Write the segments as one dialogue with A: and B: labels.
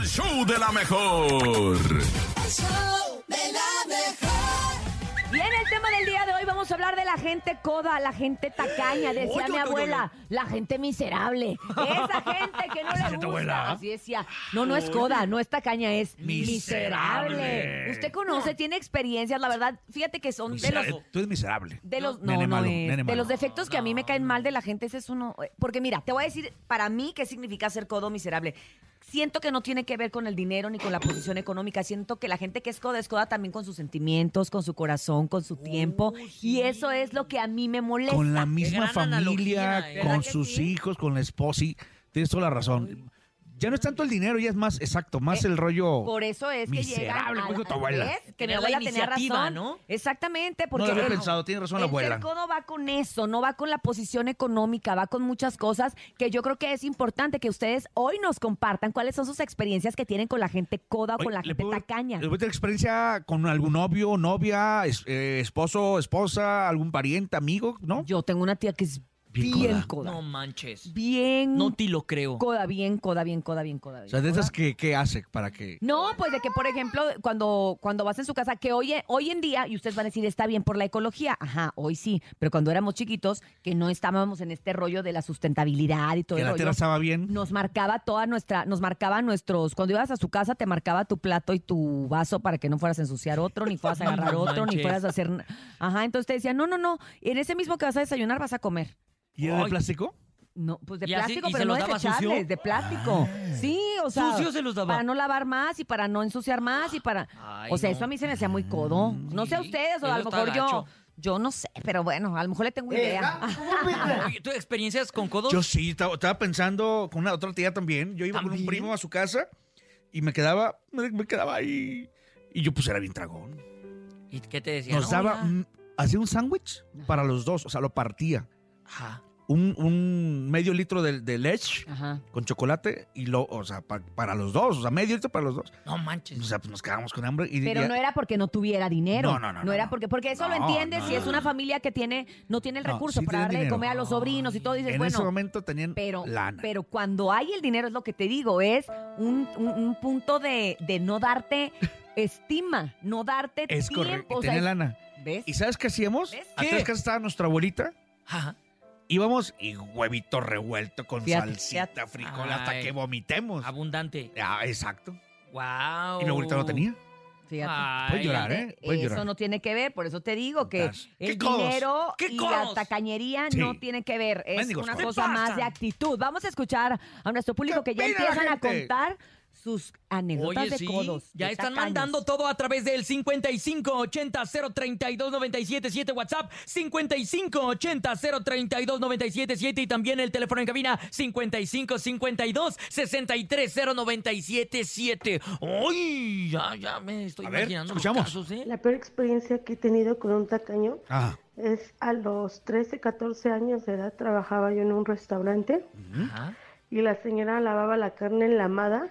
A: El show de la mejor.
B: Bien, el tema del día de hoy vamos a hablar de la gente coda, la gente tacaña, decía
C: Oye,
B: mi
C: oye,
B: abuela, la gente miserable, esa gente que no
C: ¿Así
B: le
C: es tu
B: gusta.
C: abuela?
B: Así decía. No, no es coda, no es tacaña, es miserable.
C: Miserable.
B: Usted conoce, tiene experiencias, la verdad, fíjate que son de los
C: Misera- Tú eres miserable.
B: de los, no,
C: Nene
B: no
C: malo,
B: es.
C: nene
B: De
C: malo.
B: los defectos que a mí me caen mal de la gente, ese es uno. eh, Porque mira, te voy a decir para mí qué significa ser codo miserable. Siento que no tiene que ver con el dinero ni con la posición económica. Siento que la gente que es coda es coda también con sus sentimientos, con su corazón, con su tiempo. Y eso es lo que a mí me molesta.
C: Oh, Con la misma
D: gran
C: familia,
D: analogía, ¿eh?
C: con
B: ¿Verdad que
C: sus
B: sí?
C: hijos, con la esposa. y tienes toda la razón. Ya no es tanto el dinero, ya es más, exacto, más el rollo.
B: Eh, Por eso es que
C: Miserable,
B: llegan a
C: como dijo tu
B: a-
C: abuela.
B: ¿ves? Que mi
D: Tener la
B: abuela tenía
D: iniciativa,
B: razón.
D: ¿no?
B: Exactamente,
C: no
B: porque
C: lo había
B: el-
C: pensado, tienes razón la
B: El
C: abuela.
B: ser codo va con eso, no va con la posición económica, va con muchas cosas que yo creo que es importante que ustedes hoy nos compartan cuáles son sus experiencias que tienen con la gente coda, o
C: Oye,
B: con la
C: ¿le
B: gente
C: puedo-
B: tacaña.
C: ¿Le voy a tener experiencia con algún novio, novia, es- eh, esposo, esposa, algún pariente, amigo, no?
B: Yo tengo una tía que es bien,
C: Bien
B: coda.
D: No manches.
B: Bien
D: No te lo creo.
B: coda, bien coda, bien coda, bien coda.
C: O
B: bien
C: sea, de
B: coda.
C: esas que, que hace para que...
B: No, pues de que, por ejemplo, cuando, cuando vas en su casa, que hoy, hoy en día, y ustedes van a decir, está bien por la ecología, ajá, hoy sí, pero cuando éramos chiquitos, que no estábamos en este rollo de la sustentabilidad y todo
C: Que
B: el
C: la tierra
B: rollo,
C: estaba bien.
B: nos marcaba toda nuestra, nos marcaba nuestros, cuando ibas a su casa te marcaba tu plato y tu vaso para que no fueras a ensuciar otro, ni fueras a agarrar
D: No
B: otro, ni
D: manches.
B: fueras a hacer, na- ajá, entonces te decían, no, no, no, en ese mismo que vas a desayunar vas a comer.
C: ¿Y era de
D: Ay.
C: plástico?
B: No, pues de
D: ¿Y así-
B: plástico,
D: y
B: pero
D: se
B: no
D: los daba
B: desechables,
D: sucio? Ah.
B: de plástico. Sí, o sea,
D: Sucio se los daba.
B: para no lavar más y para no ensuciar más y para,
D: Ay,
B: o sea,
D: no.
B: eso a mí se me hacía muy codo. No sé a
D: Sí,
B: ustedes o
D: eso
B: a lo
D: está
B: mejor yo,
D: gacho.
B: yo no sé, pero bueno, a lo mejor le tengo idea.
D: Oye, ¿Tú experiencias con codos?
C: Yo sí, estaba, estaba pensando con una otra tía también. Yo iba con un
D: ¿También?
C: primo a su casa y me quedaba, me, me quedaba ahí. Y yo pues era bien dragón.
D: ¿Y qué te decían?
C: Nos daba,
D: Hola.
C: mm, hacía un sándwich para los dos, o sea, lo partía.
D: Ajá.
C: Un, un medio litro de, de leche
B: Ajá.
C: con chocolate y lo, o sea, pa- para los dos, o sea, medio litro para los dos.
D: No
C: O
D: manches.
C: sea, pues nos quedábamos con hambre y
B: Pero
C: y-
B: no era porque no tuviera dinero.
C: No, no, no, no,
B: era
C: no.
B: porque, porque eso lo
C: No,
B: entiendes
C: no,
B: si
C: no,
B: es
C: no.
B: una familia que tiene, no tiene el
C: No,
B: recurso
C: sí
B: para
C: tienen
B: darle de
C: dinero.
B: comer a los sobrinos y todo. Dices,
C: en ese
B: bueno,
C: momento tenían
B: pero,
C: lana.
B: pero cuando hay el dinero, es lo que te digo, es un, un- un punto de, de no darte estima, no darte
C: es
B: tiempo.
C: correcto,
B: o sea,
C: tenían lana.
B: es- ¿Ves?
C: ¿Y sabes qué hacíamos?
B: ¿Ves?
C: Atrás de casa estaba nuestra abuelita.
D: Ajá.
C: íbamos y huevito revuelto con
B: Fíjate,
C: salsita,
B: fíjate.
C: frijol,
D: Ay.
C: hasta que vomitemos.
D: Abundante.
C: Ah, exacto.
D: Wow.
C: Y mi abuelita no
B: Oh.
C: tenía.
B: Fíjate.
C: Puedes llorar,
B: Fíjate,
C: ¿eh? Puedes
B: eso
C: llorar.
B: no tiene que ver, por eso te digo que
C: Das.
B: el
C: ¿Qué codos?
B: dinero
D: ¿Qué
B: y la
D: codos?
B: tacañería
C: Sí.
B: no tienen que ver. Es
C: Mendigos
B: una
C: codos.
B: cosa
D: ¿Qué pasa?
B: más de actitud. Vamos a escuchar a nuestro público que
C: ¿Qué
B: ya
C: opina la
B: empiezan a
C: gente?
B: contar sus anécdotas
D: Oye,
B: de
D: sí,
B: codos.
D: ya
B: de
D: están
B: tacaños.
D: mandando todo a través del 5580-032-977 WhatsApp, 5580-032-977 y también el teléfono en cabina 5552-630977. ¡Ay! Ya, ya me estoy
C: A ver,
D: imaginando los
C: escuchamos.
D: casos, ¿eh?
E: La peor experiencia que he tenido con un tacaño
C: Ah,
E: es a los 13, 14 años de edad trabajaba yo en un restaurante
D: Ajá.
E: y la señora lavaba la carne enlamada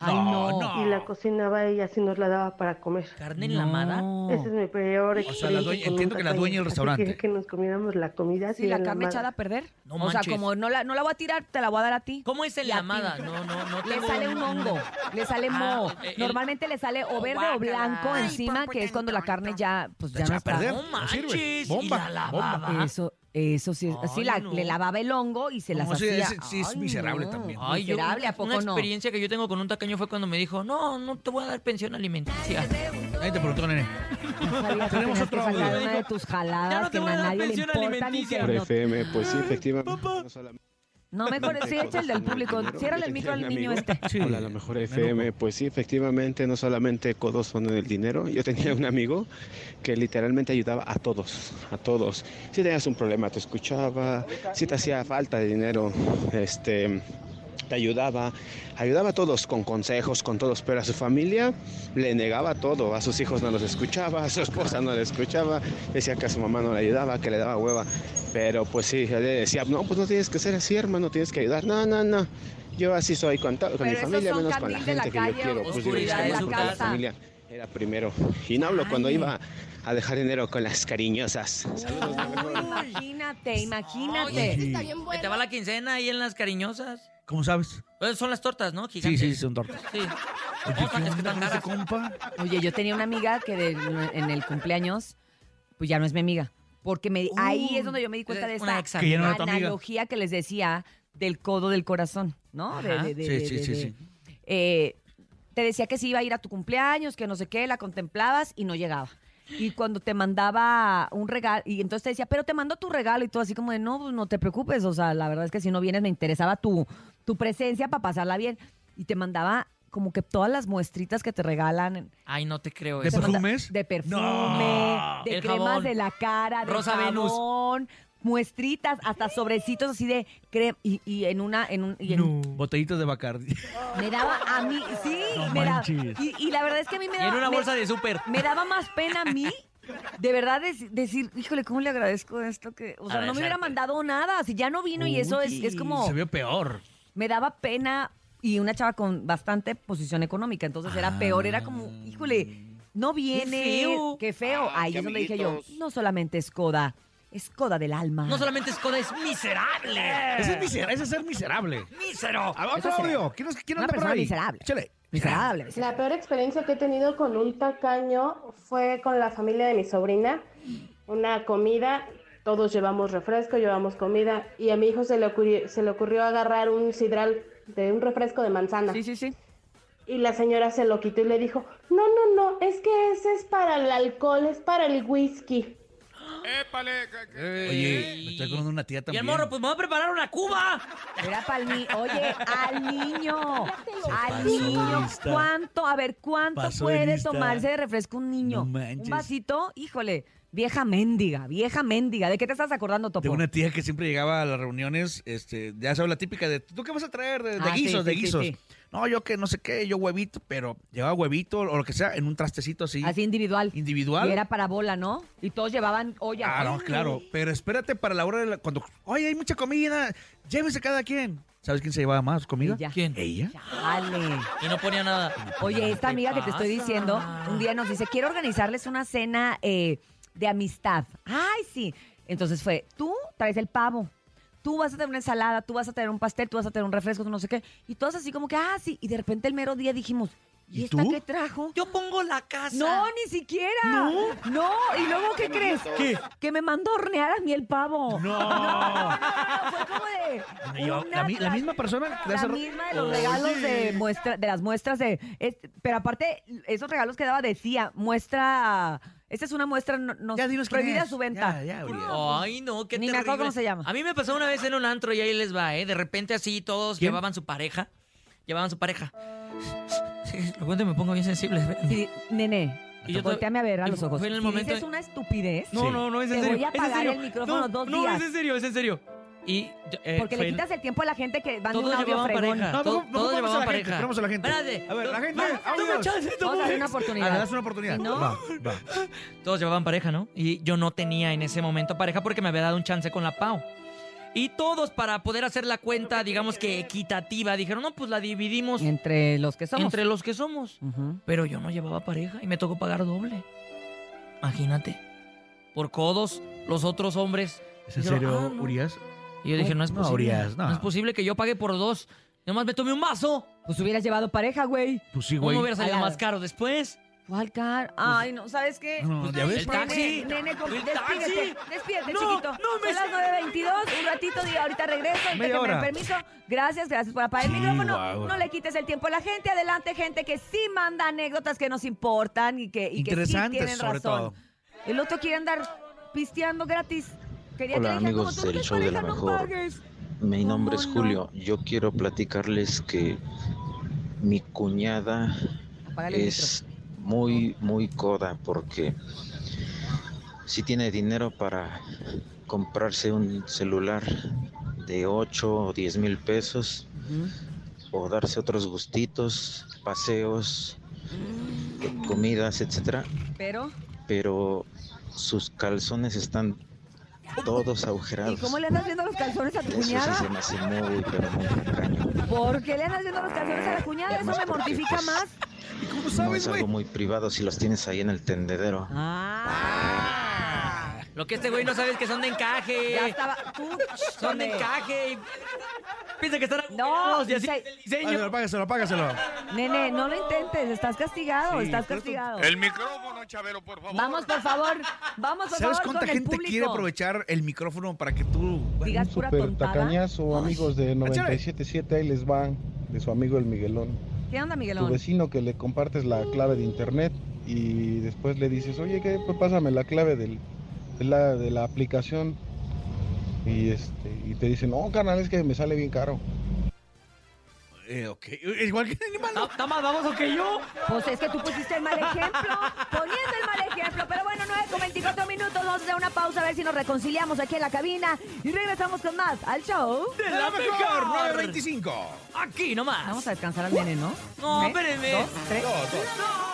B: Ay, no.
C: No,
E: y
C: Ah.
E: la cocinaba ella así nos la daba para comer.
D: Carne enlamada.
B: No.
E: Esa es mi peor
C: sea, la dueña-
E: experiencia. con un
C: entiendo que la
E: tacaño.
C: dueña del
E: Así
C: restaurante.
E: quería que nos comiéramos la comida
B: Sí,
E: así
B: la carne
E: enlamada.
B: echada a perder.
D: No
B: o sea,
D: manches.
B: como no la, no la voy a tirar, te la voy a dar a ti.
D: ¿Cómo es
B: Y a ti.
D: enlamada? No, no, no.
B: Le
D: tengo
B: sale un hongo, le sale
D: Ah,
B: moho.
D: el-
B: Normalmente le sale o verde o
D: Guácala.
B: blanco
D: Ay,
B: encima, que es cuando la carne ya, pues
C: Te
B: ya no
C: echa a
B: está.
C: perder.
D: No
C: No sirve.
D: manches.
C: Bomba,
D: y la lavaba.
B: Eso, eso sí, es- sí
D: Ay,
B: la,
D: no.
B: le lavaba el hongo y se las
C: No, sí,
B: hacía.
C: ese sí es
B: Ay,
C: miserable
B: no,
C: también.
D: Ay, yo,
B: miserable,
D: una,
B: ¿a poco
D: una
B: no?
D: experiencia que yo tengo con un tacaño fue cuando me dijo, no, no te voy a dar pensión alimenticia.
C: ahí te preguntó, nene.
B: Sabías que
C: Tenemos
B: tenías que
C: otro
B: sacar
C: audio.
B: una de tus jaladas
D: Ya no te
B: que
D: voy a
B: a
D: dar
B: nadie le
D: pensión
B: importa ni
D: alimenticia.
B: que
F: Por
B: no.
F: FM, pues sí, efectivamente. No solamente
B: No, mejor sí, echa el del
F: codos,
B: público.
F: sino
B: Ciérrale el
F: que
B: micro al
F: tenía
B: niño
F: amigos.
B: este.
C: Sí.
F: Hola, la mejor FM. Pues sí, efectivamente, no solamente codos son el dinero. Yo tenía un amigo que literalmente ayudaba a todos, a todos. Si tenías un problema, te escuchaba. Si te hacía falta de dinero, este, te ayudaba. Ayudaba a todos con consejos, con todos, pero a su familia le negaba todo. A sus hijos no los escuchaba, a su esposa no le escuchaba. Decía que a su mamá no le ayudaba, que le daba hueva. Pero pues sí, le decía, no, pues no tienes que ser así, hermano, tienes que ayudar. No, no, no. Yo así soy con, todo- con mi
B: Pero esos
F: familia,
B: son
F: menos con la
B: candil de la
F: gente que yo
B: calle,
F: quiero. Pues digo, es
D: oscuridad
F: que
D: de
F: más
D: su
F: porque la
D: casa.
F: familia era primero. Y no hablo cuando iba a dejar dinero con las cariñosas.
B: Uy, imagínate, imagínate.
D: Oye, Que te va la quincena ahí en las cariñosas.
C: ¿Cómo sabes?
D: Eh, Son las tortas, ¿no?
C: Sí,
D: Gigantes.
C: sí, son tortas.
D: Sí.
C: Oye,
D: Ojalá,
C: ¿qué
D: es que
C: onda
D: están
C: con ese
D: caras.
C: compa?
B: Oye, yo tenía una amiga que de- en el cumpleaños, pues ya no es mi amiga. Porque me, ahí es donde yo me di cuenta de
D: Uh, eh, Una
B: esta
D: ex
C: Que ya no era tu amiga.
B: analogía que les decía del codo del corazón, ¿no? De-
D: Ajá.
B: de- de-
C: Sí,
B: de-
C: sí,
B: de-
C: sí,
B: de-
C: sí.
B: eh, te decía que si iba a ir a tu cumpleaños, que no sé qué, la contemplabas y no llegaba. Y cuando te mandaba un regalo, y entonces te decía, pero te mando tu regalo, y tú así como de, no, pues, no te preocupes, o sea, la verdad es que si no vienes me interesaba tu, tu presencia para pasarla bien. Y te mandaba como que todas las muestritas que te regalan.
D: Ay, no te creo
C: ¿De
D: eso.
B: Te manda-
C: perfumes?
B: De perfume,
C: No.
B: de
D: El
B: cremas
D: jabón.
B: de la cara, de
D: Rosa Venus.
B: jabón, muestritas, hasta sobrecitos así de crema, y, y en una, en un, y en-
C: Botellitas de Bacardi.
B: me daba a mí, sí,
C: No
B: me daba.
C: manches.
B: Y, y la verdad es que a mí me
D: Y
B: daba.
D: en una
B: me-
D: bolsa de súper.
B: Me daba más pena a mí. De verdad dec- decir, híjole, ¿cómo le agradezco esto que, o sea, no me hubiera
D: Agradecerte.
B: mandado nada, si ya no vino y eso es, es como
C: Se vio peor.
B: me daba pena y una chava con bastante posición económica, entonces era peor, era como,
C: Ah.
B: híjole, no viene,
D: feo.
B: qué feo.
F: Ah,
B: Ahí
F: qué
B: es donde dije yo,
F: amiguitos.
B: no solamente es coda, es coda del alma.
D: No solamente es coda, es miserable.
C: Ese es, miser- ese es ser miserable.
D: mísero.
C: A ver, otro
B: Eh. Eso será.
C: audio. ¿Quién, nos- quién
B: Una
C: anda por
B: persona
C: ahí?
B: miserable.
C: Échale.
B: miserable. miserable.
E: La peor experiencia que he tenido con un tacaño fue con la familia de mi sobrina. Una comida, todos llevamos refresco, llevamos comida, y a mi hijo se le ocurrió, se le ocurrió agarrar un sidral de un refresco de manzana.
B: Sí, sí, sí.
E: Y la señora se lo quitó y le dijo, no, no, no, es que ese es para el alcohol, es para el whisky.
C: Oye, me estoy acordando de una tía
D: Y el
C: también.
D: morro, pues me voy a preparar una cuba.
B: Era para el niño. Oye, al niño. Al
C: pasó de
B: niño.
C: lista.
B: ¿Cuánto? A ver, ¿cuánto
C: Pasó de
B: puede
C: lista.
B: tomarse de refresco un niño?
C: No
B: un
C: manches.
B: vasito, híjole. Vieja mendiga, vieja mendiga. ¿De qué te estás acordando, Topo?
C: De una tía que siempre llegaba a las reuniones, este, ya sabes la típica de, ¿tú qué vas a traer? De, de
B: Ah, sí,
C: guisos,
B: sí,
C: de
B: sí,
C: guisos.
B: sí.
C: No, yo que no sé qué, yo huevito, pero llevaba huevito o lo que sea en un trastecito así,
B: Así individual.
C: individual.
B: Y era para bola, ¿no? Y todos llevaban ollas.
C: Ah, no, claro. Pero espérate para la hora de la, cuando, oye, hay mucha comida, llévese cada quien. ¿Sabes quién se llevaba más comida?
B: Ella.
D: ¿Quién?
C: ¿Ella?
B: Chale.
D: Y no ponía nada.
B: Oye, esta
D: ¿Qué
B: amiga que te estoy
D: pasa?
B: diciendo, un día nos dice, quiero organizarles una cena eh, de amistad. Ay, sí. Entonces fue, tú traes el pavo, tú vas a tener una ensalada, tú vas a tener un pastel, tú vas a tener un refresco, tú no sé qué. Y todos así como que, ah, sí. Y de repente el mero día dijimos, ¿y,
C: ¿Y
B: esta
C: tú?
B: qué trajo?
D: Yo pongo la casa.
B: No, ni siquiera. No. ¿Y luego qué crees?
C: ¿Qué?
B: Que me mandó a hornear a mí el pavo.
C: No.
B: Fue como de.
C: Yo-
B: una
C: la, mi- la
B: tra-
C: misma persona que le
B: la
C: hace-
B: misma de los regalos de muestra, de las muestras de. este- pero aparte, esos regalos que daba decía, muestra. Esta es una muestra no, no-
C: Ya dinos quién
B: prohibida
C: es.
B: su venta.
C: Ya, Ah, ya, Uriel.
D: Ay, no, qué
B: Ni me
D: terrible.
B: acuerdo cómo se llama.
D: A mí me pasó una vez en un antro y ahí les va, ¿eh? De repente así todos
C: ¿Quién?
D: llevaban su pareja. Llevaban su pareja. De repente me pongo bien sensible.
B: Sí, nene,
D: Y yo
B: volteame a ver a
D: y
B: los ojos.
D: fue en el
B: Si
D: momento-
B: dices una estupidez.
D: No,
C: Sí.
D: no, no, es en
B: Te
D: serio.
B: voy a
D: es en
B: apagar
D: serio.
B: el micrófono
D: no,
B: dos
D: no,
B: días.
D: es en serio, es en serio. Y eh,
B: Porque
D: fue
B: le
D: en-
B: quitas el tiempo a la gente que van de un
D: Todos
B: audio
D: llevaban
B: fregón.
D: pareja.
C: No,
D: Todo-
C: mejor- mejor
D: todos
C: vamos a
D: llevaban
C: la gente,
D: pareja.
C: esperamos a la gente.
D: Espérate.
C: A ver, la gente,
D: Vamos, toma
C: audios.
D: chance, toma
B: Vamos a darle una
D: chance.
C: Ah, le
B: oportunidad.
C: das una oportunidad.
B: Si no-
C: Va, va.
D: Todos llevaban pareja, ¿no? Y yo no tenía en ese momento pareja porque me había dado un chance con la Pau. Y todos para poder hacer la cuenta, digamos que equitativa, dijeron, no, pues la dividimos
B: Entre los que somos.
D: entre los que somos.
B: Ujú.
D: Pero yo no llevaba pareja y me tocó pagar doble. Imagínate. Por codos, los otros hombres.
C: ¿Es en
D: Dijeron,
C: serio,
D: "Ah, no".
C: Urias?
D: Y yo dije, no es
C: No,
D: posible.
C: Urias, no.
D: es posible que yo pague por dos. Nomás me tomé un vaso.
B: Pues hubieras llevado pareja, güey.
C: Pues sí, güey.
D: ¿Cómo hubiera salido
B: Al lado.
D: más caro después?
B: ¿Cuál car? Ay, no, ¿sabes qué?
C: Pues, No,
B: Pues,
C: ¿ya ves?
D: El taxi.
B: Nene, nene, com-
D: El
B: despídete,
D: taxi.
B: despídete,
D: No,
B: chiquito.
D: no me
B: Son las 9.22, un ratito, y ahorita regreso, ahorita
C: Media
B: que me
C: hora.
B: den permiso. Gracias, gracias por apagar el
C: Sí,
B: micrófono.
C: guau.
B: No le quites el tiempo a la gente. Adelante, gente que sí manda anécdotas que nos importan y que, y que sí
C: Interesantes,
B: tienen
C: sobre
B: razón.
C: todo.
B: El otro quiere andar pisteando gratis. Quería
G: Hola,
B: que le dijeran,
G: amigos
B: como tú no
G: del
B: eres
G: show de la
B: pareja, no
G: mejor.
B: pagues.
G: Mi
B: ¿Cómo
G: nombre es
B: no?
G: Julio. Yo quiero platicarles que mi cuñada
B: Apágale el
G: es muy, muy coda porque si tiene dinero para comprarse un celular de 8 o 10 mil pesos
B: micrófono.
G: o darse otros gustitos, paseos, comidas, etcétera,
B: Pero,
G: pero sus calzones están todos
B: ¿y
G: agujerados.
B: cómo le andas viendo los calzones a tu
G: Eso sí
B: cuñada?
G: se me hace muy, pero muy tacaño.
B: ¿Por qué le andas viendo los calzones a la cuñada? Eso
G: Además,
B: me
G: porque,
B: mortifica
G: pues,
B: más.
C: ¿Y cómo
G: No es
C: sabes, güey?
G: algo muy privado si los tienes ahí en el tendedero.
B: Ah.
D: Lo que este güey no sabe es que son de encaje.
B: Ya estaba. Tú,
D: Son de
B: chale.
D: encaje. y- piensa que están
B: No,
D: agujerados y así
B: dice-
D: es el diseño.
C: Págaselo, págaselo, págaselo.
B: Nene, no lo intentes, estás castigado,
C: Sí,
B: estás
C: pero esto-
B: castigado.
H: El micrófono, Chabelo, por favor.
B: Vamos, por favor, vamos, por
C: ¿Sabes
B: favor,
C: cuánta
B: con el
C: gente
B: público.
C: quiere aprovechar el micrófono para que tú...
B: Digas pura tontada.
I: tacañazo, amigos de
C: échale.
I: 977, ahí les va de su amigo el Miguelón.
B: ¿Qué onda,
I: Tu
B: Miguelón?
I: vecino que le compartes la clave de internet y después le dices, oye, ¿qué? Pues pásame la clave del- de, la, de la aplicación. Y, este, y te dicen, no, carnal, es que me sale bien caro.
C: Eh, ok. Igual que el animal.
D: ¿Está- ¿Está más baboso que yo?
B: Pues es que tú pusiste el mal ejemplo, poniendo el mal ejemplo. Pero bueno, 9 con 24 minutos, vamos a hacer una pausa a ver si nos reconciliamos aquí en la cabina y regresamos con más al show.
D: ¡De
C: La mejor, 925.
D: Aquí nomás.
B: Vamos a descansar al nene, ¿no?
D: No,
B: ¿Ve?
D: espérenme.
C: 어,
B: Dos, tres.
C: Dos, dos.
D: No.